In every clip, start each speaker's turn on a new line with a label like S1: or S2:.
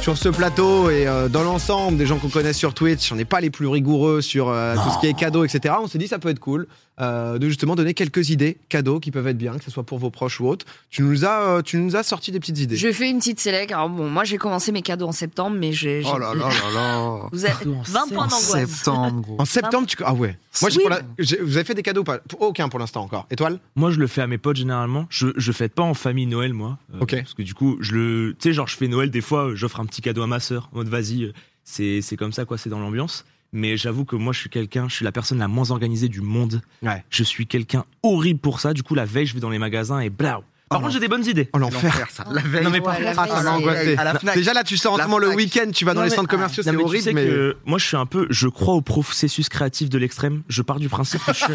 S1: sur ce plateau et euh, dans l'ensemble des gens qu'on connaît sur Twitch. On n'est pas les plus rigoureux sur euh, tout ce qui est cadeaux, etc. On s'est dit ça peut être cool euh, de justement donner quelques idées cadeaux qui peuvent être bien, que ce soit pour vos proches ou autres. Tu nous as, euh, tu nous as sorti des petites idées.
S2: Je fais une petite sélec. Alors bon, moi j'ai commencé mes cadeaux en septembre, mais j'ai. j'ai-
S1: Oh là là là là.
S2: Vous avez 20 points
S3: En
S2: d'angoisse.
S3: septembre, gros.
S1: En septembre, tu. Ah ouais. Moi, j'ai
S2: Oui.
S1: pour la- j'ai- vous avez fait des cadeaux ou pas Pour- Aucun pour l'instant encore. Étoile
S4: Moi, je le fais à mes potes généralement. Je, je fête pas en famille Noël, moi. Euh,
S1: Ok.
S4: Parce que du coup, je le. Tu sais, genre, je fais Noël, des fois, euh, j'offre un petit cadeau à ma sœur. En mode, vas-y, euh, c'est c'est comme ça, quoi, c'est dans l'ambiance. Mais j'avoue que moi, je suis quelqu'un, je suis la personne la moins organisée du monde.
S1: Ouais.
S4: Je suis quelqu'un horrible pour ça. Du coup, la veille, je vais dans les magasins et bla. Par
S1: Oh.
S4: contre, j'ai des bonnes idées.
S1: Oh l'enfer.
S3: ça. La veille.
S2: Non, mais par Ouais, contre, la
S1: Ah,
S2: veille,
S1: ça
S2: c'est-
S1: m'a angoissé.
S3: À la Fnac.
S1: Déjà là, tu sors en ce
S3: La
S1: moment le
S3: Fnac.
S1: week-end, tu vas dans
S4: Non,
S1: les
S4: mais-
S1: centres commerciaux,
S4: Non,
S1: c'est
S4: mais tu
S1: horrible,
S4: sais
S1: mais. euh,
S4: que moi je suis un peu, je crois au processus créatif de l'extrême. Je pars du principe que je suis-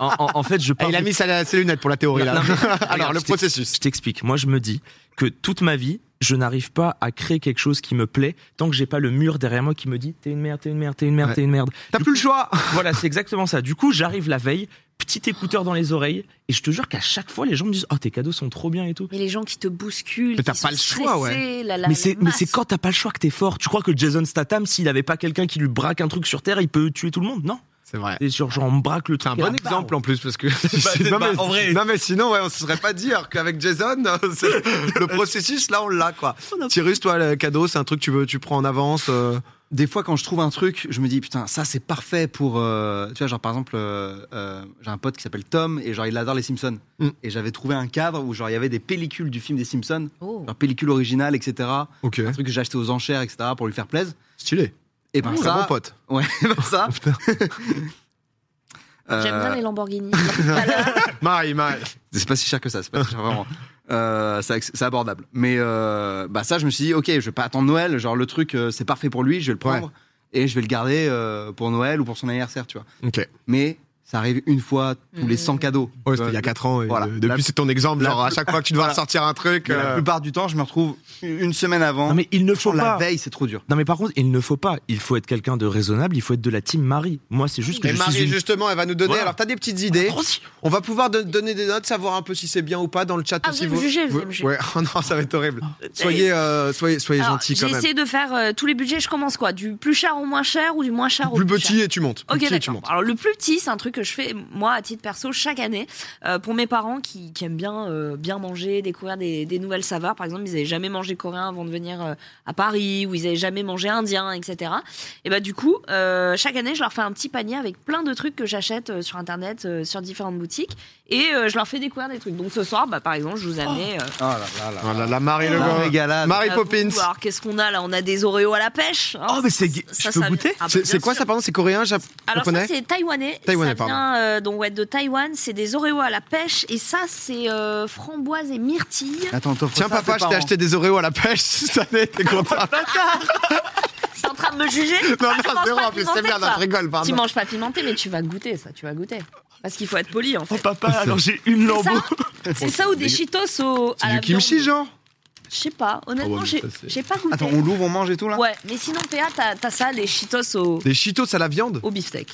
S4: en, en- en fait, je
S1: Ah,
S4: pars.
S1: il a
S4: du-
S1: mis sa- ses lunettes pour la théorie là.
S4: Non, mais-
S1: Alors
S4: Regarde,
S1: le
S4: je t'ex-
S1: processus.
S4: Je t'explique. Moi, je me dis que toute ma vie, je n'arrive pas à créer quelque chose qui me plaît tant que j'ai pas le mur derrière moi qui me dit t'es une merde, t'es une merde, t'es une merde,
S1: Ouais.
S4: t'es une merde.
S1: T'as
S4: Du
S1: plus le choix.
S4: Voilà, c'est exactement ça. Du coup, j'arrive la veille, petit écouteur dans les oreilles, et je te jure qu'à chaque fois, les gens me disent oh tes cadeaux sont trop bien et tout.
S2: Mais les gens qui te bousculent.
S1: Mais t'as
S2: qui
S1: pas
S2: sont
S1: le choix, ouais.
S2: stressés, la- la
S4: Mais c'est mais
S2: masse.
S4: c'est quand t'as pas le choix que t'es fort. Tu crois que Jason Statham, s'il avait pas quelqu'un qui lui braque un truc sur terre, il peut tuer tout le monde Non.
S1: C'est vrai.
S4: C'est genre, genre on me braque le
S1: C'est
S4: truc.
S1: un
S4: et
S1: bon
S4: là,
S1: exemple en plus parce que
S4: c'est
S1: non,
S4: pas-
S1: mais,
S4: en vrai.
S1: non mais sinon ouais, on se serait pas dire qu'avec Jason euh, c'est- le processus là on l'a quoi. Cyrus toi le cadeau c'est un truc que tu veux tu prends en avance euh,
S3: Des fois, quand je trouve un truc, je me dis putain, ça c'est parfait pour. euh, Tu vois, genre par exemple, euh, euh, j'ai un pote qui s'appelle Tom et genre il adore les Simpsons.
S1: Mm.
S3: Et j'avais trouvé un cadre où genre il y avait des pellicules du film des Simpsons,
S2: Oh.
S3: genre pellicule originale, etc.
S1: OK.
S3: Un truc que j'ai acheté aux enchères, etc. pour lui faire plaisir.
S1: Stylé.
S3: Et ben
S1: Très
S3: ça,
S1: Mmh, bon pote.
S3: ouais, ben ça. euh,
S2: J'aime bien les Lamborghini.
S1: Marie Marie.
S3: C'est pas si cher que ça, c'est pas si cher vraiment. Euh, c'est acc- c'est abordable. Mais euh, bah ça, je me suis dit, ok, je vais pas attendre Noël. Genre le truc, euh, c'est parfait pour lui, je vais le prendre et je vais le garder euh, pour Noël ou pour son anniversaire, tu vois.
S1: OK.
S3: Mais ça arrive une fois tous les
S2: Mhm.
S3: 100 cadeaux.
S1: Ouais, c'était il y a 4 ans et
S3: Voilà.
S1: euh, depuis
S3: La-
S1: c'est ton exemple
S3: la-
S1: genre à chaque fois que tu dois
S3: Voilà.
S1: sortir un truc
S3: Mais La
S1: euh,
S3: plupart du temps, je me retrouve une semaine avant.
S4: Non mais il ne faut
S3: la
S4: pas.
S3: veille, c'est trop dur.
S4: Non mais par contre, il ne faut pas. Il faut être quelqu'un de raisonnable. Il faut être de la team Marie. Moi, c'est juste que
S1: et
S4: je
S1: Marie
S4: suis une.
S1: justement elle va nous donner
S4: Voilà.
S1: alors t'as des petites idées on va pouvoir de- donner des notes savoir un peu si c'est bien ou pas dans le chat
S2: Ah, vous
S1: aussi
S2: allez me juger, vous allez me juger.
S1: ouais oh non ça va être horrible soyez euh, soyez soyez
S2: Alors,
S1: gentils
S2: J'ai
S1: quand même
S2: essayé de faire euh, tous les budgets. Je commence quoi Du plus cher au moins cher ou du moins cher au
S1: plus
S2: plus cher
S1: petit et tu montes Plus
S2: Ok,
S1: petit et tu
S2: d'accord.
S1: montes
S2: Alors le plus petit, c'est un truc que je fais moi à titre perso chaque année euh, pour mes parents qui, qui aiment bien euh, bien manger, découvrir des, des nouvelles saveurs. Par exemple, ils n'avaient jamais mangé coréen avant de venir euh, à Paris ou ils n'avaient jamais mangé indien, etc. Et bah du coup, euh, chaque année, je leur fais un petit panier avec plein de trucs que j'achète euh, sur internet, euh, sur différentes boutiques et euh, je leur fais découvrir des trucs. Donc ce soir, bah, par exemple, je vous amenais. euh,
S3: Oh là là là.
S1: Ah là là, Marie Le
S3: La
S1: Gant.
S3: régalade.
S1: Marie
S2: à
S1: Poppins. Ah,
S2: vous. Alors qu'est-ce qu'on a là On a des Oreos à la pêche. hein.
S4: Oh mais c'est. gai-
S2: Ça,
S4: je peux
S2: ça-
S4: goûter
S2: Ah, bah,
S1: C'est
S2: bien
S1: c'est quoi
S2: sûr. Oh,
S1: ça, pardon C'est coréen, jap-
S2: Alors ça
S1: japonais
S2: c'est taïwanais,
S1: Taïwanais,
S2: ça
S1: pardon.
S2: vient euh, donc ouais, de Taïwan, c'est des Oreos à la pêche et ça c'est euh, framboise et myrtille.
S3: Attends, t'offres
S1: Tiens,
S3: ça à tes
S1: papa, je t'ai
S3: parents.
S1: acheté des Oreos à la pêche cette année, t'es content
S2: T'es en train de me juger
S1: Non,
S2: Tu
S1: non,
S2: manges
S1: zéro,
S2: Ah, pas
S1: en plus,
S2: pimenté,
S1: c'est merde,
S2: toi
S1: je rigole,
S2: Tu
S1: pardon.
S2: manges pas pimenté mais tu vas goûter ça, tu vas goûter. Parce qu'il faut être poli en
S4: Oh
S2: fait.
S4: papa, alors j'ai une
S2: C'est
S4: lambeau.
S2: ça, c'est ça ou des chitos au
S1: Oh, C'est
S2: à la
S1: du kimchi,
S2: viande.
S1: genre
S2: Je sais pas,
S1: Ah ouais,
S2: honnêtement
S1: mais
S2: j'ai
S1: ça, c'est-
S2: j'ai pas goûté.
S3: Attends, on l'ouvre, on mange et tout là
S2: Ouais, mais sinon PA t'as t'as ça les chitos au
S1: Des chitos à la viande
S2: au beefsteak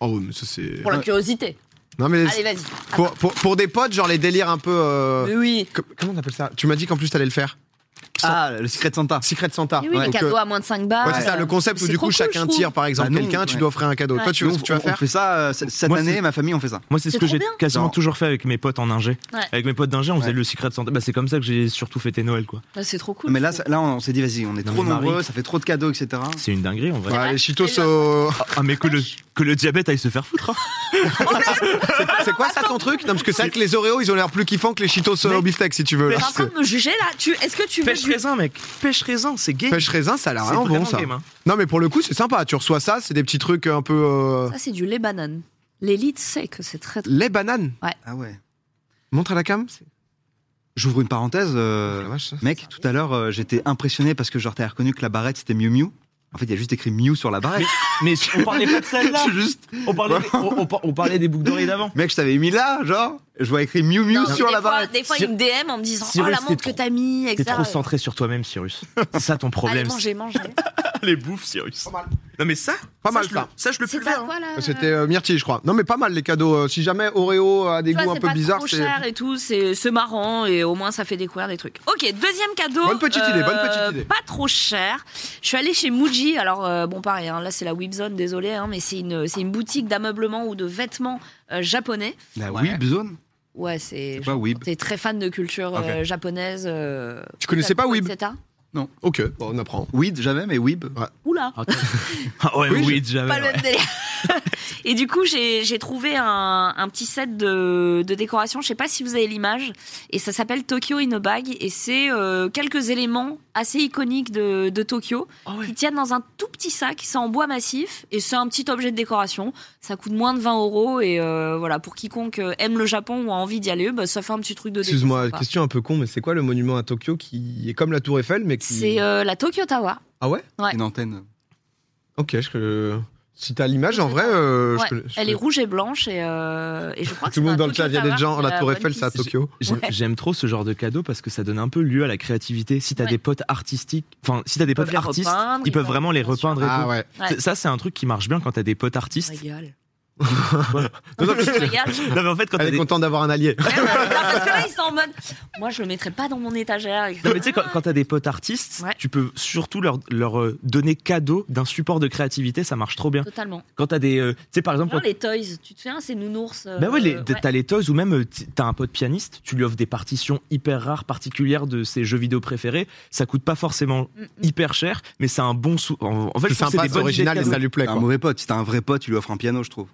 S1: Oh, mais ça, c'est.
S2: pour la curiosité.
S1: Non, mais
S2: Allez, vas-y.
S1: pour, pour, pour des potes, genre les délires un peu. euh,
S2: Mais oui.
S1: com- Comment on appelle ça Tu m'as dit qu'en plus, t'allais le faire.
S3: Ah, le secret de Santa.
S1: Secret Santa.
S2: Mais oui, les
S1: Donc,
S2: cadeaux
S1: euh,
S2: à moins de 5 balles.
S1: Ouais, c'est ça, le concept où
S2: C'est
S1: du
S2: trop
S1: coup,
S2: cool,
S1: chacun
S2: je trouve.
S1: tire par exemple
S3: Bah, nous,
S1: quelqu'un, tu
S3: ouais.
S1: dois offrir un cadeau.
S2: Ouais.
S1: Toi, tu,
S3: Nous,
S1: tu vas
S3: on- On
S1: faire
S3: fait ça euh, c- cette
S4: Moi,
S3: année,
S4: c'est-
S3: ma famille, on fait ça.
S4: Moi, c'est ce
S2: C'est
S4: que
S2: trop
S4: j'ai
S2: bien.
S4: quasiment
S3: Non.
S4: toujours fait avec mes potes en ingé.
S2: Ouais.
S4: Avec mes potes d'ingé, on faisait
S3: Ouais.
S4: le secret de santé. Bah, c'est comme ça que j'ai surtout fêté Noël, quoi.
S2: Ouais, C'est
S1: Ah,
S2: trop cool.
S3: Mais là,
S2: je
S3: ça- là, on s'est dit, vas-y, on est
S4: Non,
S3: trop
S4: mais Marie-
S3: nombreux, ça fait trop de cadeaux, etc.
S4: C'est une dinguerie, en vrai.
S1: Ouais,
S2: vrai,
S1: les chitos
S2: c'est
S1: au.
S4: Ah, mais que le, que le diabète aille se faire foutre. hein.
S1: C'est quoi ça ton truc Non, parce que c'est vrai que les Oreos, ils ont l'air plus kiffants que les chitos euh, au
S4: Mais-
S1: beefsteak, si tu veux.
S2: T'es
S1: là.
S2: en train de me juger là Tu- Est-ce que tu veux
S4: Pêche
S2: du...
S4: raisin, mec. Pêche raisin, c'est gay.
S1: Pêche raisin, ça a l'air
S4: C'est
S1: vraiment bon,
S4: vraiment
S1: ça.
S4: game, hein.
S1: Non, mais pour le coup, c'est sympa. Tu reçois ça, c'est des petits trucs un peu. euh,
S2: Ça c'est du lait banane. L'élite sait que c'est très.
S1: Les bananes.
S3: Ah ouais.
S1: Montre à la cam. c'est-
S3: J'ouvre une parenthèse. euh,
S1: La vache, ça.
S3: Mec, tout à l'heure, euh, j'étais impressionné parce que genre t'as reconnu que la barrette c'était Miu Miu. En fait, il y a juste écrit Miu sur la barrette.
S4: Mais on parlait pas de celle-là.
S3: C'est juste,
S4: On parlait, on, on par- on parlait des boucles d'oreilles d'avant.
S3: mec, je t'avais mis là, genre. Je vois écrit Miu Miu
S2: Non,
S3: sur
S2: des
S3: la
S2: fois-
S3: barrette.
S2: Des fois,
S4: Cyr-
S2: ils me DM en me disant
S4: Cyrus,
S2: Oh la
S4: t'es
S2: montre que
S4: trop-
S2: t'as mis,
S4: T'es
S2: etc.
S4: trop centré sur toi-même, Cyrus. C'est ça ton
S2: Allez,
S4: problème.
S2: mangez, mangez.
S4: Les bouffes, Cyrus.
S1: Pas mal.
S4: Non, mais ça,
S1: Pas mal,
S4: je le-
S1: ça.
S4: je le peux
S2: C'était à
S4: faire. hein.
S2: quoi là
S1: C'était euh, myrtille, je crois. Non, mais pas mal les cadeaux. Euh, si jamais Oreo a des
S2: Tu vois,
S1: goûts un
S2: c'est
S1: peu
S2: pas
S1: bizarres,
S2: trop
S1: c'est.
S2: cher et tout, c'est c'est marrant et au moins ça fait découvrir des trucs. Ok, deuxième cadeau.
S1: Bonne petite idée, bonne petite
S2: euh,
S1: idée.
S2: Pas trop cher. Je suis allée chez Muji, alors euh, bon pareil, hein, là c'est la Whipzone, désolé, hein, mais c'est une, c'est une boutique d'ameublement ou de vêtements euh, japonais.
S3: La
S1: Ouais.
S3: Weeb Zone
S2: Ouais, c'est...
S3: Pas Weeb.
S2: T'es très fan de culture euh, japonaise. euh,
S1: Tu connaissais pas Weeb
S2: etc.
S1: Ok, bon, on apprend.
S3: Weed, jamais, mais Weeb.
S2: Oula
S4: Ah ouais,
S1: Oui,
S4: oui,
S1: j'ai-
S4: déjà.
S2: pas le même délire. et du coup, j'ai j'ai trouvé un, un petit set de, de décoration. Je sais pas si vous avez l'image. Et ça s'appelle Tokyo in a Bag. Et c'est euh, quelques éléments assez iconiques de, de Tokyo
S4: Ah
S2: qui tiennent dans un tout petit sac. C'est en bois massif et c'est un petit objet de décoration. Ça coûte moins de 20 euros. Et euh, voilà, pour quiconque aime le Japon ou a envie d'y aller, bah, ça fait un petit truc de déco
S1: Excuse-moi,
S2: sympa.
S1: question un peu con, mais c'est quoi le monument à Tokyo qui est comme la Tour Eiffel, mais qui.
S2: C'est euh, la Tokyo Tower.
S1: Ah ouais
S2: Ouais.
S3: Une antenne.
S1: Ok, je. euh, Si t'as l'image, en vrai. euh, je
S2: Ouais,
S1: connais- je
S2: elle est
S1: connais-
S2: rouge et blanche et, euh, et je crois que
S1: Tout le
S2: c'est
S1: monde
S2: dans
S1: dans le
S2: Tokyo
S1: chat, il y a des
S2: Tower
S1: gens.
S2: qui euh,
S1: La Tour
S2: bonne
S1: Eiffel, c'est à
S2: piste.
S1: Tokyo.
S4: J'aime-
S2: Ouais.
S4: J'aime trop ce genre de cadeau parce que ça donne un peu lieu à la créativité. Si t'as
S2: Ouais.
S4: des potes artistiques, enfin, si t'as des
S2: peuvent
S4: potes
S2: les
S4: artistes,
S2: repeindre,
S4: ils
S2: ils
S4: peuvent
S2: peuvent-
S4: vraiment les
S2: bien sûr.
S4: repeindre et
S1: Ah
S4: tout.
S1: ouais.
S2: Ouais.
S4: C'est- Ça, c'est un truc qui marche bien quand t'as des potes artistes.
S2: Régale.
S4: Ouais.
S2: Non, mais je régale.
S4: Non, mais en fait, quand t'as
S1: Elle est
S4: des...
S1: contente d'avoir un allié.
S2: Ouais, ouais, ouais. Non, parce que là, ils sont en mode. Moi, je le mettrais pas dans mon étagère.
S4: Non, mais tu sais, quand, quand t'as des potes artistes,
S2: Ouais.
S4: tu peux surtout leur, leur euh, donner cadeau d'un support de créativité, ça marche trop bien.
S2: Ah, Totalement.
S4: Quand t'as des. euh, tu sais, par exemple,
S2: Genre
S4: quand-
S2: les toys, tu te souviens, c'est nounours. euh,
S4: Bah ouais, les-
S2: ouais.
S4: t'as les toys ou même euh, t- t'as un pote pianiste, tu lui offres des partitions hyper rares, particulières de ses jeux vidéo préférés. Ça coûte pas forcément
S2: Mm, mm.
S4: hyper cher, mais c'est un bon sou. En, en
S1: C'est
S4: fait, je trouve que
S1: sympa,
S4: des
S1: c'est
S4: bonnes
S1: original
S4: idées Ah,
S1: et
S4: de
S1: ça
S4: cadeaux.
S1: lui plaît.
S3: Un
S1: quoi.
S3: mauvais pote. Si t'as un vrai pote, tu lui offres un piano, je trouve.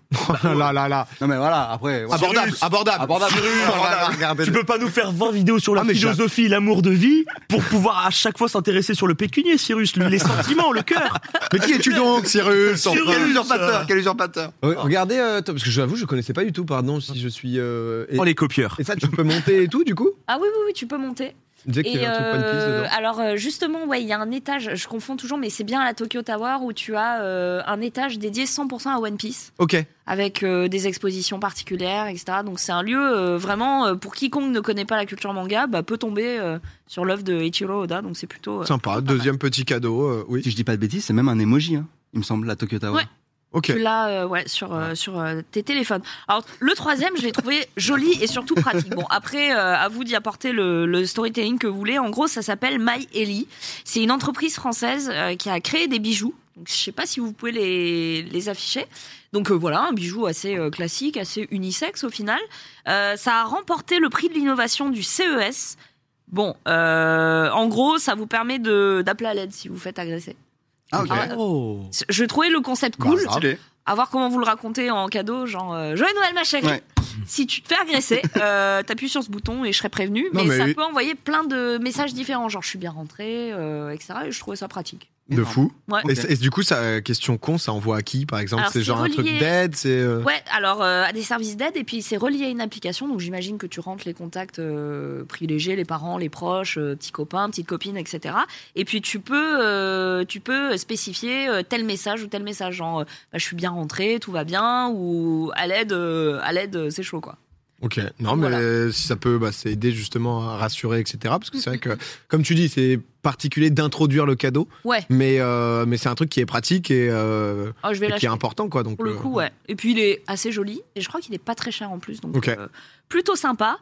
S1: là là là.
S3: Non, mais voilà, après. voilà.
S1: Abordable, abordable. Oh
S3: Abordable. Abordable.
S1: Regardez.
S4: Tu peux pas nous faire 20 vidéos sur la
S1: Ah, mais j'ai-
S4: philosophie, l'amour de vie, pour pouvoir à chaque fois s'intéresser sur le pécunier, Cyrus, les sentiments, le cœur.
S1: Mais qui es-tu donc, Cyrus
S4: Cyrus.
S1: enfin
S3: Quel usurpateur Quel usurpateur
S1: Ouais, Regardez, euh, attends, parce que j'avoue, je connaissais pas du tout, pardon, si je suis. euh, et,
S4: Oh, les copieurs.
S1: et ça, tu peux monter et tout, du coup
S2: Ah oui, oui, oui, tu peux monter.
S1: Tu disais qu'il y
S2: Et
S1: avait un truc One Piece
S2: euh,
S1: dedans.
S2: alors, euh, justement, ouais, il y a un étage, je confonds toujours, mais c'est bien à la Tokyo Tower où tu as euh, un étage dédié 100% à One Piece.
S1: Ok.
S2: avec euh, des expositions particulières, etc. Donc c'est un lieu euh, vraiment euh, pour quiconque ne connaît pas la culture manga, bah, peut tomber euh, sur l'œuvre de Ichiro Oda. Donc c'est plutôt. euh,
S1: Sympa, deuxième petit cadeau, euh, oui.
S3: Si je dis pas de bêtises, c'est même un emoji, hein, il me semble, la Tokyo Tower.
S2: Ouais.
S1: Ok.
S2: Tu l'as euh, ouais, sur, euh, sur euh, tes téléphones. Alors, le troisième, je l'ai trouvé joli et surtout pratique. Bon, après, euh, à vous d'y apporter le, le storytelling que vous voulez. En gros, ça s'appelle My Ellie. C'est une entreprise française euh, qui a créé des bijoux. Donc, je sais pas si vous pouvez les, les afficher. Donc euh, voilà, un bijou assez euh, classique, assez unisexe au final. Euh, ça a remporté le prix de l'innovation du CES. Bon, euh, en gros, ça vous permet de- d'appeler à l'aide si vous faites agresser.
S3: Ah, ok.
S2: Ah ouais.
S4: Oh.
S2: Je trouvais le concept cool.
S1: Bah,
S3: Stylé.
S2: à voir comment vous le racontez en cadeau, genre euh, Joyeux Noël ma chérie.
S3: Ouais.
S2: Si tu te fais agresser, euh, t'appuies sur ce bouton et je serai prévenu.
S1: Non,
S2: Mais,
S1: mais
S2: ça
S1: oui.
S2: peut envoyer plein de messages différents, genre je suis bien rentré, etc. Et je trouvais ça pratique.
S1: De fou.
S2: Ouais.
S1: Et, c'est- et du coup, ça, euh, question con, ça envoie à qui, par exemple
S2: Alors,
S1: C'est
S2: c'est
S1: genre un truc
S2: relié.
S1: d'aide C'est euh,
S2: Ouais, alors euh, à des services d'aide et puis c'est relié à une application, donc j'imagine que tu rentres les contacts euh, privilégiés, les parents, les proches, euh, petits copains, petites copines, etc. Et puis tu peux, euh, tu peux spécifier euh, tel message ou tel message, genre euh, Bah, je suis bien rentré, tout va bien, ou à l'aide, euh, à l'aide, euh, c'est chaud quoi.
S1: Ok. Non, mais
S2: Voilà.
S1: euh, si ça peut, bah, c'est aider justement à rassurer, etc. Parce que c'est vrai que, comme tu dis, c'est particulier d'introduire le cadeau,
S2: Ouais,
S1: mais, euh, mais c'est un truc qui est pratique et, euh,
S2: oh,
S1: et
S2: je vais
S1: qui est
S2: l'acheter.
S1: important, quoi. Donc,
S2: Pour le
S1: euh,
S2: coup, ouais. Et puis il est assez joli et je crois qu'il est pas très cher en plus, donc
S1: Ok.
S2: euh, plutôt sympa.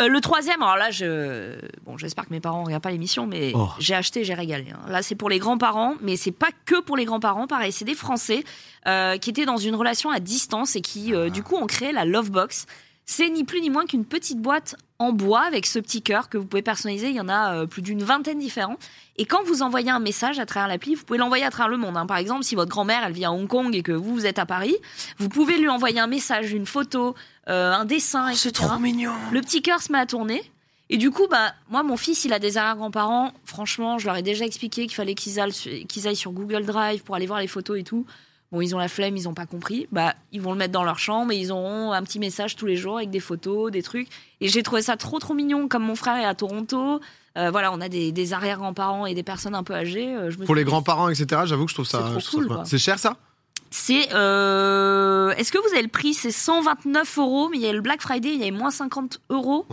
S2: Euh, le troisième, alors là, je bon, j'espère que mes parents regardent pas l'émission, mais
S4: Oh.
S2: j'ai acheté, j'ai régalé. hein. Là, c'est pour les grands-parents, mais c'est pas que pour les grands-parents. Pareil, c'est des Français euh, qui étaient dans une relation à distance et qui
S1: Ah.
S2: euh, du coup ont créé la Love Box. C'est ni plus ni moins qu'une petite boîte en bois avec ce petit cœur que vous pouvez personnaliser. Il y en a euh, plus d'une vingtaine différents. Et quand vous envoyez un message à travers l'appli, vous pouvez l'envoyer à travers le monde. hein. Par exemple, si votre grand-mère, elle vit à Hong Kong et que vous, vous êtes à Paris, vous pouvez lui envoyer un message, une photo, euh, un dessin, etc.
S4: mignon.
S2: Le petit cœur se met à tourner. Et du coup, bah, moi, mon fils, il a des arrière-grands-parents. Franchement, je leur ai déjà expliqué qu'il fallait qu'ils aillent, su- qu'ils aillent sur Google Drive pour aller voir les photos et tout. Bon, ils ont la flemme, ils n'ont pas compris. Bah, ils vont le mettre dans leur chambre et ils auront un petit message tous les jours avec des photos, des trucs. Et j'ai trouvé ça trop, trop mignon. Comme mon frère est à Toronto. Euh, voilà, on a des, des arrière-grands-parents et des personnes un peu âgées. Euh, je me
S1: Pour
S2: suis
S1: les
S2: dit,
S1: grands-parents, etc., j'avoue que je trouve
S2: C'est
S1: ça.
S2: trop
S1: je trouve ça
S2: cool,
S1: pas-
S2: quoi.
S1: C'est cher, ça
S2: C'est. euh, Est-ce que vous avez le prix C'est 129 euros, mais il y a le Black Friday, il y a moins 50 euros.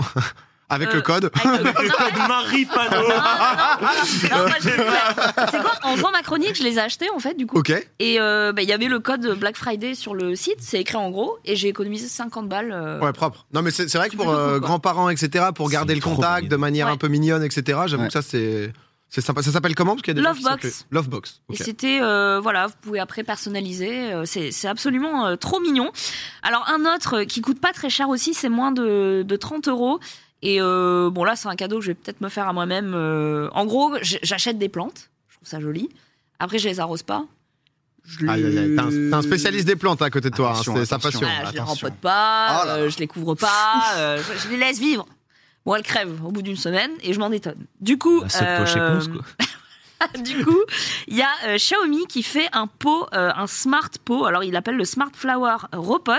S1: Avec
S2: Euh,
S1: le code.
S2: Avec le- Non,
S4: Pas de Marie
S2: non,
S4: Pano
S2: non, non. Non, moi, j'ai- C'est quoi En faisant ma chronique, je les ai achetés en fait, du coup.
S1: Ok.
S2: Et euh, bah, il y avait le code Black Friday sur le site, c'est écrit en gros, et j'ai économisé 50 balles. euh,
S1: Ouais, propre. Non, mais c'est c'est vrai que
S2: Tu peux
S1: pour
S2: le
S1: euh,
S2: coup, quoi.
S1: grands-parents, etc., pour
S4: C'est
S1: garder le
S4: trop
S1: contact
S4: mignon.
S1: de manière un
S2: Ouais.
S1: peu mignonne, etc., j'avoue
S3: Ouais.
S1: que ça, c'est c'est sympa. Ça s'appelle comment Parce qu'il y a des gens qui
S2: Lovebox.
S1: s'appellent- Lovebox. ok.
S2: Et c'était, euh, voilà, vous pouvez après personnaliser. euh, C'est c'est absolument euh, trop mignon. Alors, un autre euh, qui coûte pas très cher aussi, c'est moins de, de 30 euros. Et euh, bon, là, c'est un cadeau que je vais peut-être me faire à moi-même. euh, en gros, j- j'achète des plantes. Je trouve ça joli. Après, je les arrose pas. Je
S1: Aïe, aïe, aïe. T'es un- t'es un spécialiste des plantes hein, à côté de toi. hein.
S3: Attention,
S1: C'est sa
S3: attention.
S1: passion.
S2: Voilà, je les
S1: Attention.
S2: rempote pas,
S3: Oh là
S2: euh, je les couvre pas, euh, je, je les laisse vivre. Bon, elles crèvent au bout d'une semaine et je m'en étonne. Du coup,
S4: Bah, saute-toi chez
S2: euh,
S4: Ponce, quoi.
S2: du coup, il y a euh, Xiaomi qui fait un pot, euh, un smart pot. Alors, il l'appelle le Smart Flower Robot.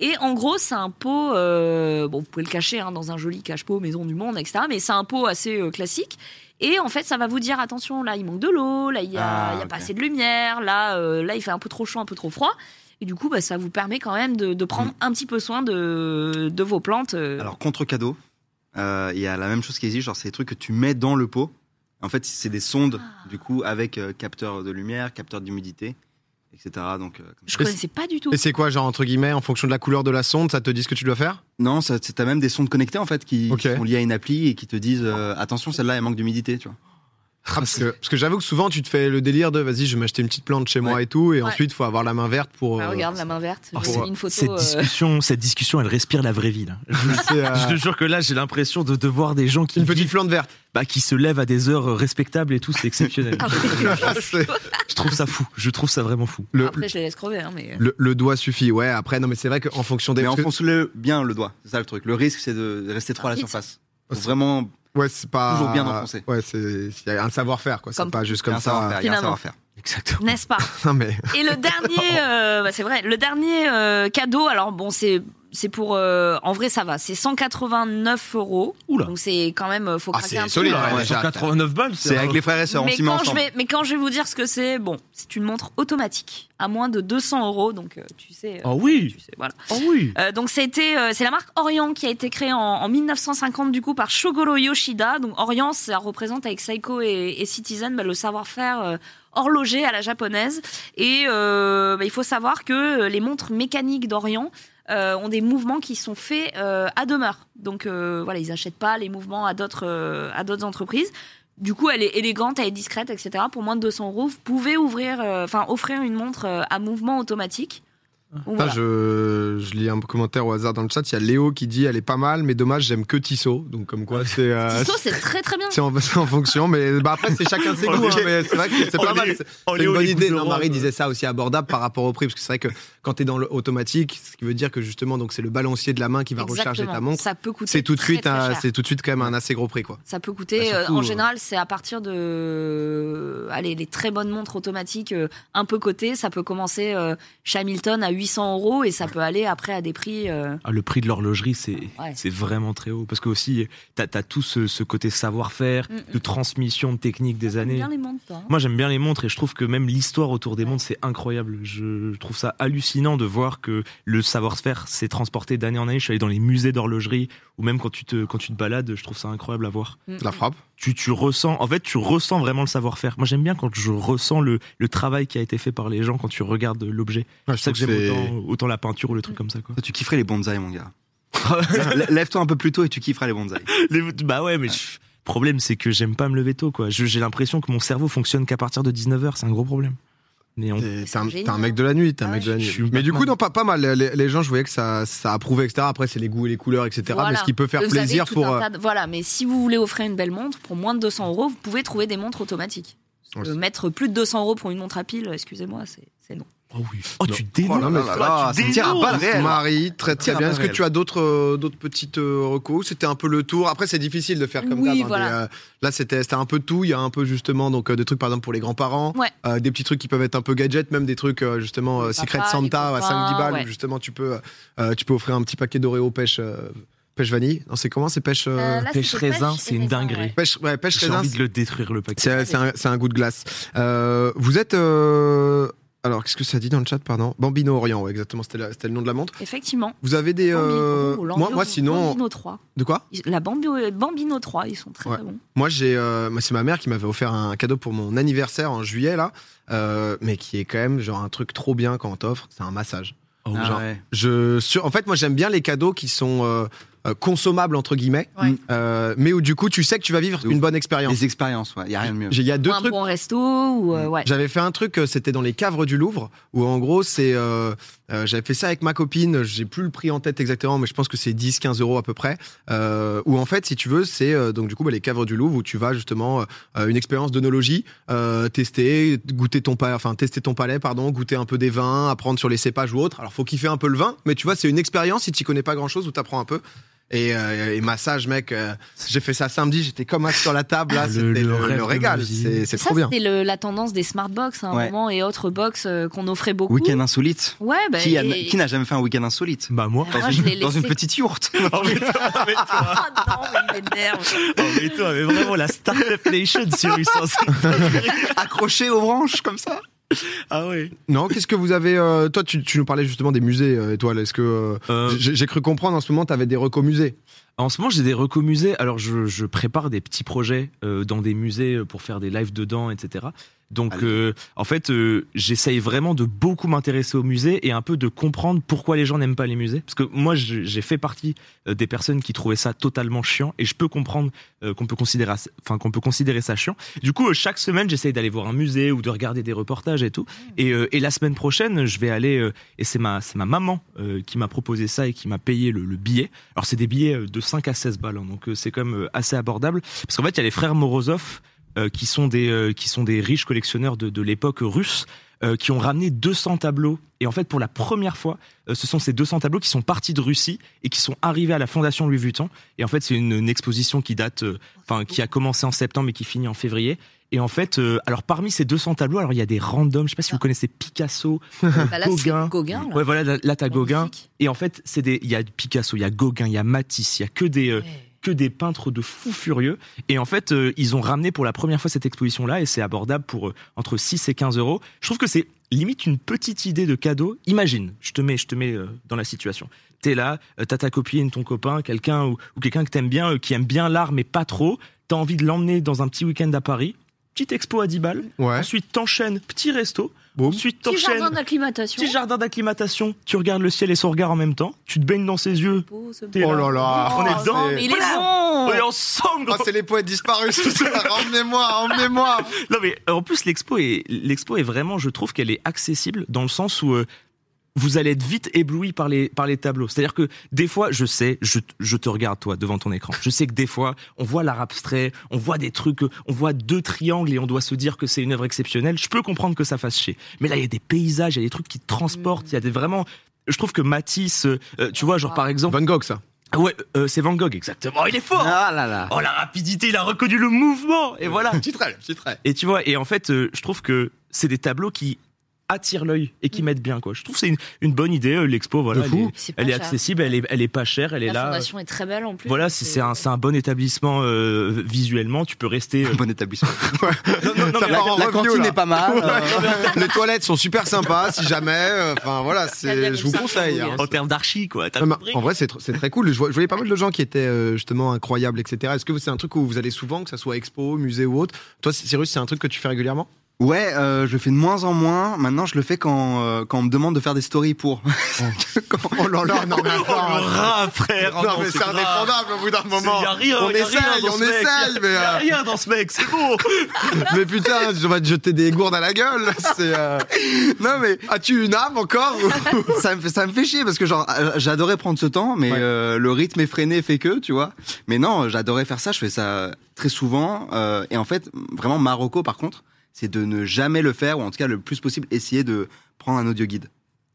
S2: Et en gros, c'est un pot. euh, bon, vous pouvez le cacher hein, dans un joli cache-pot Maison du Monde, etc. Mais c'est un pot assez euh, classique. Et en fait, ça va vous dire attention, là, il manque de l'eau, là, il n'y a,
S3: Ah,
S2: il y a pas
S3: ok.
S2: assez de lumière, là, euh, là, il fait un peu trop chaud, un peu trop froid. Et du coup, bah, ça vous permet quand même de, de
S1: Mm.
S2: prendre un petit peu soin de, de vos plantes. euh.
S3: Alors, contre cadeau, euh, il y a la même chose qui existe, genre c'est des trucs que tu mets dans le pot. En fait, c'est des sondes, du coup, avec euh, capteur de lumière, capteur d'humidité, etc. Donc, euh, comme
S2: je
S3: ça.
S2: connaissais pas du tout.
S1: Et c'est quoi, genre, entre guillemets, en fonction de la couleur de la sonde, ça te dit ce que tu dois faire
S3: Non, ça- c'est- t'as même des sondes connectées, en fait, qui, qui
S1: Ok.
S3: sont liées à une appli et qui te disent euh, attention, celle-là, elle manque d'humidité, tu vois.
S1: Ah, parce, que, parce que j'avoue que souvent tu te fais le délire de vas-y je vais m'acheter une petite plante chez moi
S3: Ouais.
S1: et tout et
S2: Ouais.
S1: ensuite faut avoir la main verte pour
S2: Ah,
S1: euh,
S2: regarde la main verte,
S1: Ah,
S2: j'ai
S1: c'est-
S2: mis une photo.
S4: Oh, Cette
S2: euh,
S4: discussion, cette discussion, elle respire la vraie vie. là.
S1: c'est, euh,
S4: Je te jure que là, j'ai l'impression de, de voir des gens qui,
S1: une petite plante verte
S4: bah, qui se lèvent à des heures respectables et tout, c'est exceptionnel.
S2: ah, ouais.
S1: C'est-
S4: je trouve ça fou, je trouve ça vraiment fou.
S1: le,
S2: Après, je les laisse crever, hein, mais.
S1: le- le doigt suffit ouais après non mais c'est vrai qu'en fonction des
S3: Mais
S1: parce que-
S3: enfonce-le bien le doigt, c'est ça le truc. Le risque, c'est de rester trop à la
S2: Vite.
S3: surface. Faut Vraiment,
S1: ouais c'est pas
S3: Toujours bien enfoncé.
S1: ouais c'est il y a un savoir-faire quoi c'est
S2: Comme-
S1: pas juste
S3: il y a
S1: comme
S3: un
S1: ça
S3: savoir-faire, il y a un
S2: Finalement.
S3: savoir-faire.
S4: Exactement.
S2: N'est-ce pas
S1: non mais
S2: Et le
S1: Oh.
S2: dernier, euh, bah, c'est vrai, le dernier euh, cadeau, alors bon, c'est. C'est pour. euh, en vrai, ça va. C'est 189 euros.
S4: Oula.
S2: Donc, c'est quand même. euh, Faut
S1: Ah,
S2: craquer
S1: c'est
S2: un peu.
S1: solide,
S2: euh,
S1: ouais,
S4: Ouais,
S1: déjà.
S4: 189 balles,
S3: C'est avec les frères et sœurs, on
S2: Mais
S3: s'y met
S2: quand, je
S3: ensemble.
S2: vais, mais quand je vais vous dire ce que c'est, bon, c'est une montre automatique à moins de 200 euros. Donc, euh, tu sais. euh,
S1: Ah
S4: Oh oui,
S2: tu sais, voilà.
S4: oh oui.
S2: Euh, donc c'était, euh, c'est la marque Orient qui a été créée en, en 1950 du coup par Shogoro Yoshida. Donc Orient, ça représente avec Seiko et, et Citizen bah, le savoir-faire euh, horloger à la japonaise. Et euh, bah, il faut savoir que euh, les montres mécaniques d'Orient euh, ont des mouvements qui sont faits euh, à demeure. Donc euh, voilà, ils n'achètent pas les mouvements à d'autres euh, à d'autres entreprises. Du coup, elle est élégante, elle est discrète, etc. Pour moins de 200 euros, vous pouvez ouvrir, euh, enfin offrir une montre euh, à mouvement automatique. Donc,
S1: Putain,
S2: voilà.
S1: je, je lis un commentaire au hasard dans le chat il y a Léo qui dit elle est pas mal mais dommage j'aime que Tissot donc comme quoi c'est euh,
S2: Tissot, c'est très très bien.
S1: c'est en, c'est en fonction mais bah après c'est chacun ses
S4: Ok.
S1: goûts hein, mais c'est vrai que c'est pas
S4: Oh,
S1: mal
S4: les-
S1: c'est-
S4: oh,
S1: C'est
S4: les
S1: une
S4: hauts,
S1: bonne
S4: les
S1: idée.
S4: coups de
S1: Non, Marie
S4: roi,
S1: disait ça aussi abordable par rapport au prix, parce que c'est vrai que quand tu es dans l'automatique, ce qui veut dire que justement, donc c'est le balancier de la main qui va recharger ta
S2: Exactement.
S1: montre.
S2: Ça peut coûter.
S1: C'est tout de
S2: très,
S1: suite,
S2: très
S1: un-
S2: cher.
S1: c'est tout de suite quand même un assez gros prix, quoi.
S2: Ça peut coûter.
S1: Bah, surtout,
S2: euh, en
S1: euh,
S2: général, c'est à partir de. Allez, les très bonnes montres automatiques euh, un peu cotées, ça peut commencer euh, chez Hamilton à 800 euros et ça peut aller après à des prix. euh,
S4: Ah, le prix de l'horlogerie, c'est
S2: Ouais.
S4: c'est vraiment très haut. Parce que aussi, t'as as tout ce, ce côté savoir-faire,
S2: Mm, mm.
S4: de transmission de technique des années.
S2: Bien les montres, toi, hein.
S4: Moi, j'aime bien les montres et je trouve que même l'histoire autour des montres, c'est incroyable. Je trouve ça hallucinant de voir que le savoir-faire s'est transporté d'année en année. Je suis allé dans les musées d'horlogerie ou même quand tu te, quand tu te balades, je trouve ça incroyable à voir.
S2: Mm,
S1: La
S2: mm.
S1: frappe.
S4: Tu, tu ressens, en fait, tu ressens vraiment le savoir-faire. Moi, j'aime bien quand je ressens le, le travail qui a été fait par les gens quand tu regardes l'objet.
S1: Ouais,
S4: C'est ça que
S1: trouve
S4: j'aime
S1: c'est-
S4: autant, autant la peinture ou le
S2: Mm.
S4: truc comme ça, quoi.
S3: Toi, Tu kifferais les bonsaïs, mon gars. Lè- Lève-toi un peu plus tôt et tu kifferas les bonsaïs.
S4: Les- bah ouais, mais je- problème, c'est que j'aime pas me lever tôt, quoi. Je- J'ai l'impression que mon cerveau fonctionne qu'à partir de 19h, c'est un gros problème. Mais on...
S1: T'es t'es
S2: C'est
S1: un,
S2: Mmh. génial.
S1: t'es un mec de la nuit, t'es un
S2: Ah
S1: mec de la
S4: ouais. Je
S1: nuit.
S4: suis
S1: Mais du coup,
S4: Batman.
S1: non, pas, pas mal. Les, les gens, je voyais que ça, ça approuvait, etc. Après, c'est les goûts et les couleurs, etc. Mais
S2: Voilà.
S1: ce qui peut faire
S2: Vous avez
S1: plaisir
S2: tout
S1: pour.
S2: un
S1: euh,
S2: tas de- Voilà, mais si vous voulez offrir une belle montre, pour moins de 200 euros, vous pouvez trouver des montres automatiques. Parce que
S1: Ouais.
S2: mettre plus de 200 euros pour une montre à pile, excusez-moi, c'est c'est non.
S4: Oh oui. Oh, tu
S1: Oh
S4: dénonces.
S1: là là
S4: toi,
S1: là
S3: là,
S4: tu
S3: ça me tire à
S4: dénonces.
S3: balles réelles.
S1: Marie, très très
S3: Tiens,
S1: bien. Est-ce que
S3: Marielle.
S1: tu as d'autres euh, d'autres petites euh, recos C'était un peu le tour. Après, c'est difficile de faire comme
S2: Oui,
S1: d'hab, des,
S2: voilà.
S1: euh, là, c'était c'était un peu tout. Il y a un peu justement donc euh, des trucs par exemple pour les grands-parents,
S2: Ouais.
S1: euh, des petits trucs qui peuvent être un peu gadgets, même des trucs euh, justement euh,
S2: Le
S1: Secret
S2: papa,
S1: Santa
S2: les
S1: à 5-10 balles.
S2: copains,
S1: Où,
S2: ouais.
S1: justement, tu peux euh, euh, tu peux offrir un petit paquet d'Oreo pêche euh, pêche vanille. Non, c'est comment C'est pêche euh,
S2: Euh, là,
S4: pêche
S2: c'était
S4: raisin,
S2: pêche et
S4: c'est une
S2: raisin,
S4: dinguerie.
S2: ouais.
S1: pêche ouais pêche
S4: J'ai
S1: raisin.
S4: envie de le détruire, le paquet.
S1: C'est c'est un, c'est un goût de glace. Euh, vous êtes euh, Alors, qu'est-ce que ça dit dans le chat, pardon Bambino Orient, ouais, exactement, c'était la- c'était le nom de la montre.
S2: Effectivement.
S1: Vous avez des. euh,
S2: Bambino,
S1: moi,
S2: ou Lambio-
S1: moi, sinon.
S2: Bambino 3.
S1: De quoi
S2: Ils- La Bambio- Bambino 3, ils sont très
S1: Ouais.
S2: bons.
S1: Moi, j'ai, euh, moi, c'est ma mère qui m'avait offert un cadeau pour mon anniversaire en juillet là, euh, mais qui est quand même genre un truc trop bien quand on t'offre, c'est un massage.
S4: Oh,
S1: Ah
S4: genre,
S3: ouais.
S1: Je, sur, en fait, moi, j'aime bien les cadeaux qui sont euh, euh, consommables entre guillemets,
S5: Ouais.
S1: euh, mais où du coup, tu sais que tu vas vivre
S3: De
S1: une
S3: ouf.
S1: bonne expérience.
S3: Les expériences, ouais, y a rien de mieux.
S1: J'ai- Il y a deux
S2: un
S1: trucs.
S2: bon resto ou
S4: Mm.
S2: euh, ouais.
S1: J'avais fait un truc, euh, c'était dans les caves du Louvre, où en gros, c'est. euh, euh, J'avais fait ça avec ma copine, j'ai plus le prix en tête exactement, mais je pense que c'est 10-15 euros à peu près. Euh, où en fait, si tu veux, c'est euh, donc du coup bah, les caves du Louvre où tu vas justement euh, une expérience d'onologie, euh, tester, goûter ton palais, enfin tester ton palais, pardon, goûter un peu des vins, apprendre sur les cépages ou autre. Alors faut kiffer un peu le vin, mais tu vois, c'est une expérience si tu connais pas grand chose où t'apprends un peu. Et, euh, et massage, mec, euh, j'ai fait ça samedi, j'étais comme assis sur la table, là,
S4: Ah, Le-
S1: c'était
S4: le
S1: le,
S4: rêve
S1: le
S4: de ma
S1: régal,
S4: vie.
S1: c'est c'est
S2: Ça,
S1: trop bien.
S2: c'était le- la tendance des smart box hein, à un
S3: Ouais.
S2: moment et autres box euh, qu'on offrait beaucoup.
S3: Week-end insolite.
S2: Ouais, bah,
S3: Qui a-
S2: et-
S3: qui n'a jamais fait un week-end insolite
S4: Bah moi.
S2: Moi, je l'ai
S3: Dans une
S2: laissé.
S3: petite yourte.
S2: Ah non, mais il m'énerve.
S4: Oh, mais toi, mais vraiment la Startup Nation sur licence.
S3: accroché aux branches comme ça.
S4: Ah ouais.
S1: Non, qu'est-ce que vous avez euh, Toi, tu, tu nous parlais justement des musées, euh, Étoile. Est-ce que euh,
S4: Euh,
S1: j'ai j'ai cru comprendre en ce moment, tu avais des recos musées
S4: En ce moment, j'ai des recos musées. Alors, je, je prépare des petits projets euh, dans des musées euh, pour faire des lives dedans, etc. Donc,
S3: Allez.
S4: euh, en fait, euh, j'essaye vraiment de beaucoup m'intéresser aux musées et un peu de comprendre pourquoi les gens n'aiment pas les musées. Parce que moi, je- j'ai fait partie euh, des personnes qui trouvaient ça totalement chiant et je peux comprendre euh, qu'on peut, considérer as- enfin, qu'on peut considérer ça chiant. Du coup, euh, chaque semaine, j'essaye d'aller voir un musée ou de regarder des reportages et tout. Et, euh, et la semaine prochaine, je vais aller. euh, et c'est ma, c'est ma maman euh, qui m'a proposé ça et qui m'a payé le, le billet. Alors, c'est des billets euh, de 5 à 16 balles, hein, donc euh, c'est quand même euh, assez abordable. Parce qu'en fait, il y a les frères Morozov, euh, qui, sont des, euh, qui sont des riches collectionneurs de, de l'époque russe, euh, qui ont ramené 200 tableaux. Et en fait, pour la première fois, euh, ce sont ces 200 tableaux qui sont partis de Russie et qui sont arrivés à la Fondation Louis Vuitton. Et en fait, c'est une, une exposition qui date, euh, enfin, qui a commencé en septembre et qui finit en février. Et en fait, euh, alors parmi ces 200 tableaux, alors il y a des randoms, je sais pas si vous connaissez Picasso,
S2: Bah, là, c'est
S4: Gauguin.
S2: Gauguin, là.
S4: Ouais, voilà, là, là, t'as Gauguin.
S2: Magnifique.
S4: Et en fait, c'est des, il y a Picasso, il y a Gauguin, il y a Matisse, il y a que des, euh,
S2: Eh.
S4: que des peintres de fous furieux. Et en fait, euh, ils ont ramené pour la première fois cette exposition-là et c'est abordable pour euh, entre 6 et 15 euros. Je trouve que c'est limite une petite idée de cadeau. Imagine, je te mets, je te mets euh, dans la situation. T'es là, euh, t'as ta copine, ton copain, quelqu'un ou, ou quelqu'un que t'aimes bien, euh, qui aime bien l'art mais pas trop. T'as envie de l'emmener dans un petit week-end à Paris. Petite expo à 10 balles.
S1: Ouais.
S4: Ensuite, t'enchaînes, petit resto.
S1: Boum.
S4: Ensuite,
S2: Petit jardin
S4: t'enchaînes.
S2: d'acclimatation.
S4: Petit jardin d'acclimatation, tu regardes le ciel et son regard en même temps, tu te baignes dans ses yeux,
S2: Beau, ce
S4: T'es
S2: beau.
S1: Oh là là
S4: on est dedans,
S2: Mais
S1: c'est-
S2: il est bon
S4: on est ensemble
S1: Oh,
S4: gros.
S1: c'est les poètes disparus, tout ça. Emmenez-moi, emmenez-moi
S4: Non mais euh, en plus l'expo est l'expo est vraiment je trouve qu'elle est accessible dans le sens où euh, vous allez être vite ébloui par les par les tableaux. C'est-à-dire que des fois, je sais, je, t- je te regarde toi devant ton écran. Je sais que des fois, on voit l'art abstrait, on voit des trucs, euh, on voit deux triangles et on doit se dire que c'est une œuvre exceptionnelle. Je peux comprendre que ça fasse chier. Mais là, il y a des paysages, il y a des trucs qui te transportent, il y a des vraiment je trouve que Matisse, euh, euh, tu vois, genre par exemple,
S1: Van Gogh, ça.
S4: Ah Ouais, euh, c'est Van Gogh, exactement. Il est fort.
S3: Ah là là.
S4: Oh la rapidité, il a reconnu le mouvement. Et voilà.
S1: Petit trait, petit trait.
S4: et tu vois, et en fait, euh, je trouve que c'est des tableaux qui attirent l'œil et
S2: Mm.
S4: qui mettent bien quoi. Je trouve que c'est une, une bonne idée euh, l'expo. Voilà,
S1: De
S4: elle
S1: fou.
S4: est,
S2: C'est pas
S4: elle est
S2: cher.
S4: accessible, elle est, elle est pas chère, elle est
S2: Ah, La
S4: là. euh,
S2: fondation est très belle en plus.
S4: Voilà, c'est c'est un, c'est un bon établissement euh, visuellement. Tu peux rester. euh,
S3: Bon établissement.
S4: non, non, non,
S1: Ça va.
S4: mais-
S3: la
S1: part en
S3: la
S1: review,
S3: cantine
S1: là.
S3: est pas mal. euh,
S1: Les toilettes sont super sympas, si jamais. euh, Enfin, voilà,
S2: Il y a
S1: c'est,
S2: bien
S1: je vous
S2: ça.
S1: conseille. hein.
S4: en termes d'archi quoi. T'as
S1: Non, mais
S4: compris
S1: en vrai, c'est, tr- c'est très cool. Je vois, je voyais pas mal de gens qui étaient euh, justement incroyables, etc. Est-ce que vous- c'est un truc où vous allez souvent, que ça soit expo, musée ou autre Toi, Cyrus, c'est un truc que tu fais régulièrement
S3: Ouais, euh, je le fais de moins en moins. Maintenant, je le fais quand, euh, quand on me demande de faire des stories pour. Quand-
S1: Oh là là, non, mais
S4: Oh, le
S1: attends.
S4: rat, frère. Oh,
S1: Non, mais c'est
S4: grave.
S1: indépendable au bout d'un
S4: C'est-
S1: moment.
S4: y a rien,
S1: on
S4: y a rien
S1: essaye,
S4: dans
S1: on
S4: ce mec.
S1: essaye, mais,
S4: Y a
S1: euh,
S4: rien dans ce mec, c'est beau.
S1: mais putain, je vais te jeter des gourdes à la gueule. C'est, euh,
S3: non mais
S1: As-tu une âme encore
S3: ça me fait ça me fait chier parce que genre euh, j'adorais prendre ce temps, mais
S1: Ouais.
S3: euh, le rythme effréné fait que tu vois. Mais non, j'adorais faire ça. Je fais ça très souvent. euh, et en fait, vraiment Marocco par contre, c'est de ne jamais le faire ou en tout cas le plus possible essayer de prendre un audio guide.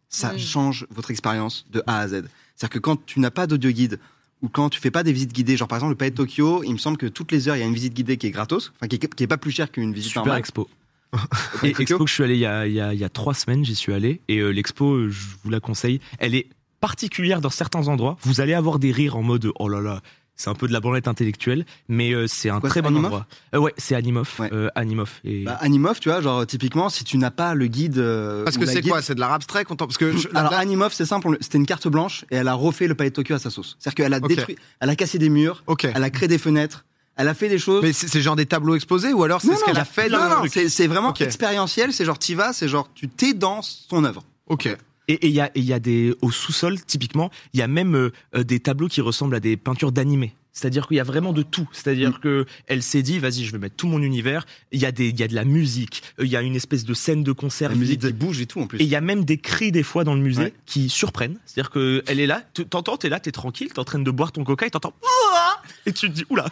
S3: Ça
S2: Mm.
S3: change votre expérience de A à Z. C'est-à-dire que quand tu n'as pas d'audio guide ou quand tu fais pas des visites guidées, genre par exemple le Palais de Tokyo, il me semble que toutes les heures il y a une visite guidée qui est gratos, enfin qui est, qui est pas plus chère qu'une visite
S4: Super
S3: normale.
S4: expo.
S3: au Palais
S4: Et
S3: de Tokyo.
S4: expo que je suis allé il y a, il y a- il y a trois semaines, j'y suis allé. Et euh, l'expo, euh, je vous la conseille. Elle est particulière dans certains endroits. Vous allez avoir des rires en mode oh là là. C'est un peu de la branlette intellectuelle, mais euh, c'est un
S3: Quoi,
S4: très
S3: c'est
S4: bon
S3: Animoff
S4: endroit. Euh, ouais, c'est Animoff.
S3: Ouais.
S4: euh, Animoff. Et...
S3: Bah, Animoff, tu vois, genre typiquement, si tu n'as pas le guide. euh,
S1: Parce
S3: ou
S1: que
S3: la
S1: c'est
S3: guide-
S1: quoi C'est de l'art abstrait content Parce que je- là-
S3: Alors
S1: là-
S3: Animoff, c'est simple, on le- c'était une carte blanche et elle a refait le palais de Tokyo à sa sauce. C'est-à-dire qu'elle a
S1: Ok.
S3: détruit, elle a cassé des murs,
S1: ok.
S3: elle a créé des fenêtres, elle a fait des choses.
S1: Mais c'est c'est genre des tableaux exposés ou alors c'est
S3: Non,
S1: ce
S3: non,
S1: qu'elle
S3: il y
S1: a fait
S3: Non,
S1: dans le
S3: non,
S1: truc
S3: c'est c'est vraiment
S1: Ok.
S3: expérientiel, c'est genre t'y vas, c'est genre tu t'es dans son œuvre.
S1: Ok.
S4: Et et il y a, et il y a des au sous-sol typiquement, il y a même euh, euh, des tableaux qui ressemblent à des peintures d'animés. C'est-à-dire qu'il y a vraiment de tout. C'est-à-dire
S3: Mm.
S4: que elle s'est dit, vas-y, je vais mettre tout mon univers. Il y a des, il y a de la musique. euh, Il y a une espèce de scène de concert
S3: La musique
S4: vide.
S3: qui bouge et tout en plus.
S4: Et il y a même des cris des fois dans le musée
S3: Ouais.
S4: qui surprennent. C'est-à-dire que elle est là, tu- t'entends, t'es là, t'es tranquille, t'es en train de boire ton coca et t'entends Ouah et tu te dis oula.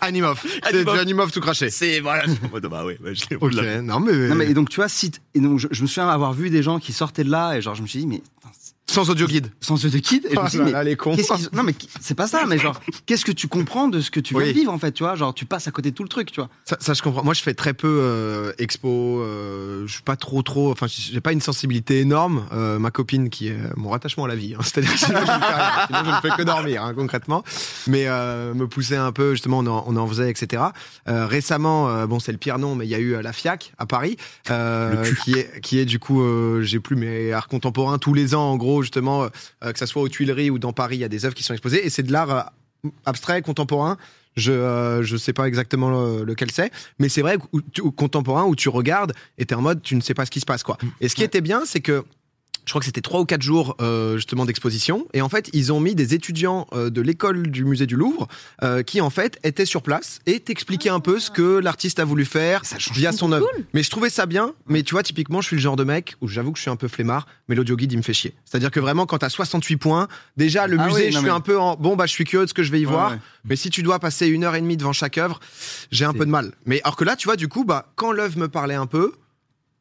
S1: Animoff. C'est
S4: Animoff.
S1: du Animoff tout craché.
S4: C'est voilà. En mode, bah ouais, ouais, je l'ai-
S1: Ok.
S4: oula.
S1: Non mais,
S3: Non, mais et donc tu vois, si t- et donc je, je me souviens avoir vu des gens qui sortaient de là et genre je me suis dit mais putain, c'est-
S1: sans audio guide. Oh
S3: sans ce de kid, et je me suis dit, mais
S1: les cons.
S3: Qu'est-ce qu'ils- Non mais qui- c'est pas ça, mais genre qu'est-ce que tu comprends de ce que tu viens
S1: Oui.
S3: de vivre en fait, tu vois, genre tu passes à côté de tout le truc, tu vois.
S1: Ça, ça, je comprends. Moi, je fais très peu euh, expo. euh, je suis pas trop, trop. Enfin, j'ai pas une sensibilité énorme. Euh, ma copine, qui est euh, mon rattachement à la vie, hein, c'est-à-dire que sinon, je ne fais rien. Sinon, je ne fais que dormir, hein, concrètement. Mais euh, me pousser un peu, justement, on en, on en faisait, etc. Euh, récemment, euh, bon, c'est le pire nom, mais il y a eu euh, la FIAC à Paris, euh, qui est, qui est du coup, euh, j'ai plus mes arts contemporains tous les ans, en gros, justement, euh, que ça soit aux Tuileries ou dans Paris, il y a des œuvres qui sont exposées et c'est de l'art euh, abstrait, contemporain. Je euh, je sais pas exactement le- lequel c'est, mais c'est vrai où tu- où contemporain où tu regardes et t'es en mode tu ne sais pas ce qui se passe quoi. Et ce qui était bien, c'est que je crois que c'était trois ou quatre jours euh, justement d'exposition et en fait ils ont mis des étudiants euh, de l'école du musée du Louvre euh, qui en fait étaient sur place et t'expliquaient un peu ce que l'artiste a voulu faire
S3: Ça change
S1: via son œuvre.
S2: Cool.
S1: Mais je trouvais ça bien, mais tu vois, typiquement, je suis le genre de mec où j'avoue que je suis un peu flemmard, mais l'audio guide, il me fait chier. C'est-à-dire que vraiment, quand t'as 68 points, déjà, le
S3: Ah
S1: musée,
S3: oui,
S1: je
S3: non,
S1: suis
S3: mais-
S1: un peu en bon, bah, je suis curieux de ce que je vais y voir,
S3: Ouais, ouais.
S1: mais si tu dois passer une heure et demie devant chaque œuvre, j'ai un
S4: C'est-
S1: peu de mal. Mais alors que là, tu vois, du coup, bah, quand l'œuvre me parlait un peu,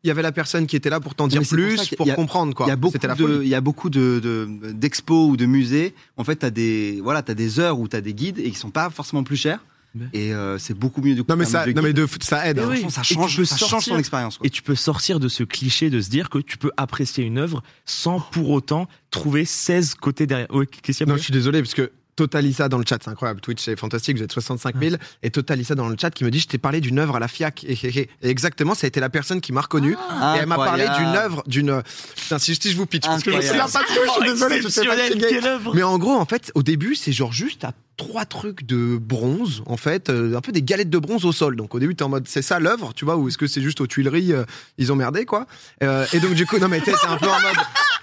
S1: il y avait la personne qui était là pour t'en dire
S3: mais c'est pour ça
S1: plus,
S3: qu'il y a-
S1: pour, comprendre, quoi.
S3: Il y a beaucoup
S1: C'était la
S3: de,
S1: folie.
S3: il y a beaucoup de de- d'expos ou de musées. En fait, t'as des, voilà, t'as des heures où t'as des guides et qui sont pas forcément plus chers.
S4: Ouais.
S3: Et euh, c'est beaucoup mieux du coup.
S1: Non, Ah, mais
S3: qu'un
S1: ça,
S3: guide.
S1: non, mais de f- ça aide.
S3: Et
S1: hein.
S4: oui.
S3: franchement, ça
S4: Et tu
S3: change,
S4: peux
S3: ça change
S4: sortir.
S3: ton expérience. quoi.
S4: Et tu peux sortir de ce cliché de se dire que tu peux apprécier une œuvre sans pour autant trouver 16 côtés derrière. Ouais, qu'est-ce qu'il y a
S1: Non, je suis désolé, parce que Totalisa dans le chat, c'est incroyable. Twitch, c'est fantastique, vous êtes 65 000.
S3: Ah.
S1: Et Totalisa dans le chat qui me dit Je t'ai parlé d'une œuvre à la FIAC. Et, et- et- et exactement, ça a été la personne qui m'a reconnu. et elle m'a parlé d'une
S3: Ah. Incroyable.
S1: œuvre, d'une. Putain, si je, si je vous pitch, parce que je me souviens
S3: Incroyable.
S1: pas de quoi, je suis désolé, je sais pas
S4: Exceptionnel,
S1: qui gagne.
S4: quelle œuvre
S1: Mais en gros, en fait, au début, c'est genre juste à trois trucs de bronze, en fait, euh, un peu des galettes de bronze au sol. Donc au début, t'es en mode, c'est ça l'œuvre, tu vois, ou est-ce que c'est juste aux Tuileries, euh, ils ont merdé, quoi. Euh, et donc du coup, non mais t'es c'est un peu en mode.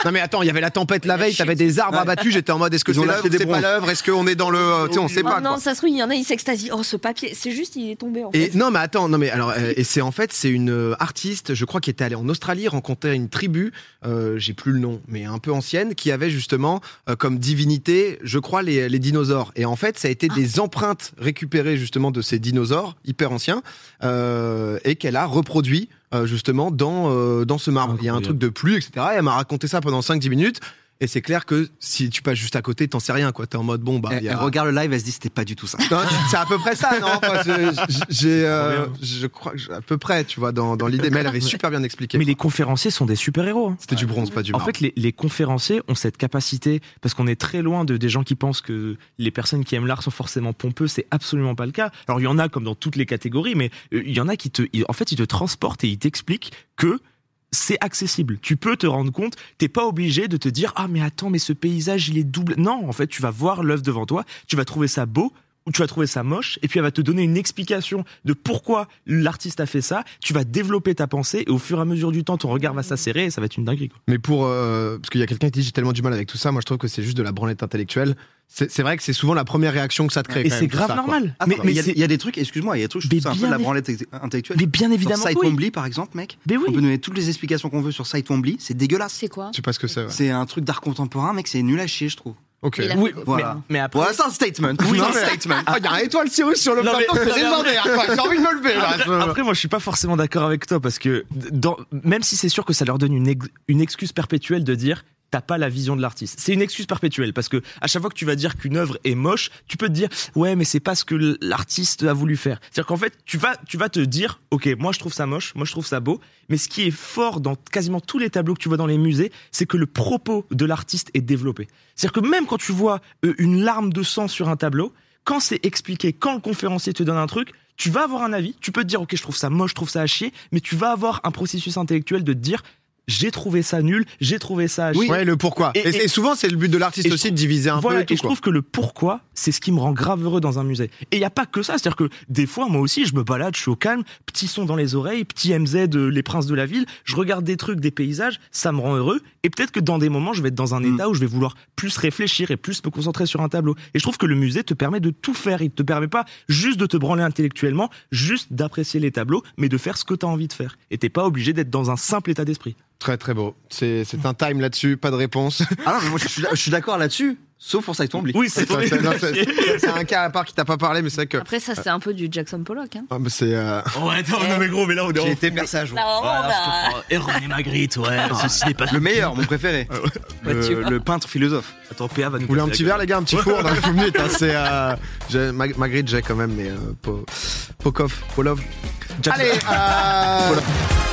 S1: Non mais attends, il y avait la tempête la veille, t'avais des arbres
S3: Ouais.
S1: abattus, j'étais en mode, est-ce que
S3: Ils ont
S1: c'est
S3: lâché
S1: l'œuvre,
S3: des
S1: c'est pas
S3: bronzes.
S1: l'œuvre, est-ce qu'on est dans le, euh, tu sais, on sait pas.
S2: Oh non,
S1: quoi.
S2: ça se trouve, il y en a, ils s'extasient. Oh, ce papier, c'est juste, il est tombé en
S1: Et
S2: fait.
S1: non, mais attends, non mais alors, euh, et c'est en fait, c'est une euh, artiste, je crois, qui était allée en Australie rencontrer une tribu, euh, j'ai plus le nom, mais un peu ancienne, qui avait justement euh, comme divinité, je crois, les, les dinosaures. Et en fait, ça a été des
S2: Ah.
S1: empreintes récupérées justement de ces dinosaures hyper anciens euh, et qu'elle a reproduit euh, justement dans euh, dans ce marbre. Il y a un
S4: Incroyable.
S1: truc de pluie, etc. Et elle m'a raconté ça pendant 5-10 minutes. Et c'est clair que si tu passes juste à côté, t'en sais rien, quoi. T'es en mode bon, bah,
S3: Elle,
S1: il y a-
S3: elle regarde le live, elle se dit c'était pas du tout ça.
S1: non, c'est à peu près ça, non Enfin, je- je- J'ai, euh,
S4: bien.
S1: je crois, que j'ai- à peu près, tu vois, dans, dans l'idée. Mais elle avait super bien expliqué.
S4: Mais les conférenciers sont des super-héros. hein.
S1: C'était du bronze, pas du
S4: En
S1: marbre.
S4: fait, les, les conférenciers ont cette capacité, parce qu'on est très loin de des gens qui pensent que les personnes qui aiment l'art sont forcément pompeux, c'est absolument pas le cas. Alors il y en a comme dans toutes les catégories, mais euh, il y en a qui te, ils- en fait, ils te transportent et ils t'expliquent que c'est accessible. Tu peux te rendre compte, t'es pas obligé de te dire ah mais attends mais ce paysage il est double. Non, en fait, tu vas voir l'œuvre devant toi, tu vas trouver ça beau ou tu vas trouver ça moche et puis elle va te donner une explication de pourquoi l'artiste a fait ça. Tu vas développer ta pensée et au fur et à mesure du temps, ton regard va s'acérer et ça va être une dinguerie. quoi.
S1: Mais pour. euh, parce qu'il y a quelqu'un qui dit j'ai tellement du mal avec tout ça, moi je trouve que c'est juste de la branlette intellectuelle. C'est c'est vrai que c'est souvent la première réaction que ça te crée.
S4: Et
S1: quand
S4: c'est
S1: même, tout
S4: grave
S1: ça, quoi.
S4: normal.
S3: Ah,
S4: mais, mais
S3: il y a-
S4: c'est-
S3: il y, a des trucs, excuse-moi, il y a des trucs, je
S4: Mais
S3: trouve ça un peu
S4: bien
S3: de la
S4: évi-
S3: branlette ex- intellectuelle.
S4: mais bien
S3: Sur
S4: évidemment,
S3: Site
S4: oui.
S3: Wombly, par exemple, mec.
S4: Mais oui.
S3: On peut donner toutes les explications qu'on veut sur Site Wombly, c'est dégueulasse.
S2: C'est quoi
S1: Je sais pas ce que c'est. ouais.
S3: C'est un truc d'art contemporain, mec, c'est nul à chier, je trouve.
S1: Ok.
S2: Et la-
S4: Oui,
S3: Voilà.
S4: mais, mais après,
S3: Voilà, c'est un statement.
S1: Oui,
S3: c'est
S1: non,
S3: un
S1: mais-
S3: statement.
S1: Ah, il y a un étoile Cyrus sur le
S4: Non, mais-
S1: plateau, c'est légendaire, quoi. J'ai envie de me lever, là.
S4: après, après, moi, je suis pas forcément d'accord avec toi parce que, dans, même si c'est sûr que ça leur donne une, ex- une excuse perpétuelle de dire t'as pas la vision de l'artiste. C'est une excuse perpétuelle parce que à chaque fois que tu vas dire qu'une œuvre est moche, tu peux te dire ouais mais c'est pas ce que l'artiste a voulu faire. C'est-à-dire qu'en fait tu vas tu vas te dire ok moi je trouve ça moche, moi je trouve ça beau, mais ce qui est fort dans quasiment tous les tableaux que tu vois dans les musées, c'est que le propos de l'artiste est développé. C'est-à-dire que même quand tu vois euh, une larme de sang sur un tableau, quand c'est expliqué, quand le conférencier te donne un truc, tu vas avoir un avis, tu peux te dire ok je trouve ça moche, je trouve ça à chier, mais tu vas avoir un processus intellectuel de te dire j'ai trouvé ça nul, j'ai trouvé ça à chier.
S1: Oui, ouais, le pourquoi. Et,
S4: Et-
S1: c'est-
S4: et-
S1: souvent, c'est le but de l'artiste
S4: et je
S1: aussi de
S4: trouve-
S1: diviser un
S4: Voilà,
S1: peu et tout.
S4: et je
S1: quoi.
S4: trouve que le pourquoi, c'est ce qui me rend grave heureux dans un musée. Et il n'y a pas que ça, c'est-à-dire que des fois, moi aussi, je me balade, je suis au calme, petit son dans les oreilles, petit MZ, euh, les princes de la ville, je regarde des trucs, des paysages, ça me rend heureux, et peut-être que dans des moments, je vais être dans un
S3: Mm.
S4: état où je vais vouloir plus réfléchir et plus me concentrer sur un tableau. Et je trouve que le musée te permet de tout faire, il te permet pas juste de te branler intellectuellement, juste d'apprécier les tableaux, mais de faire ce que tu as envie de faire. Et t'es pas obligé d'être dans un simple état d'esprit.
S1: Très très beau. C'est c'est un time là-dessus, pas de réponse.
S3: Ah non, mais moi je suis, je suis d'accord là-dessus, sauf pour ça Tombly.
S4: Oui, c'est
S1: Ça,
S4: vrai.
S1: ça, non, ça- c'est un cas à part qui t'a pas parlé, mais c'est vrai que.
S2: Après, ça, c'est un peu du Jackson Pollock. Hein.
S1: Ah, mais c'est. euh,
S4: Ouais, attends, non, mais gros, mais là, on est en
S3: J'ai été personnage. moi.
S2: Oh, bah.
S4: Et René Magritte, ouais, ceci n'est pas.
S3: Le meilleur, mon préféré. Euh, Le, le peintre philosophe.
S4: Attends, PA va nous.
S1: Vous voulez un
S4: casser
S1: petit
S4: la
S1: verre, les gars, un petit four dans les minutes, hein, C'est. Euh, j'ai- Mag- Magritte, j'ai quand même, mais. Euh, Po- Pokov, Polov.
S4: Jack-
S1: Allez, euh,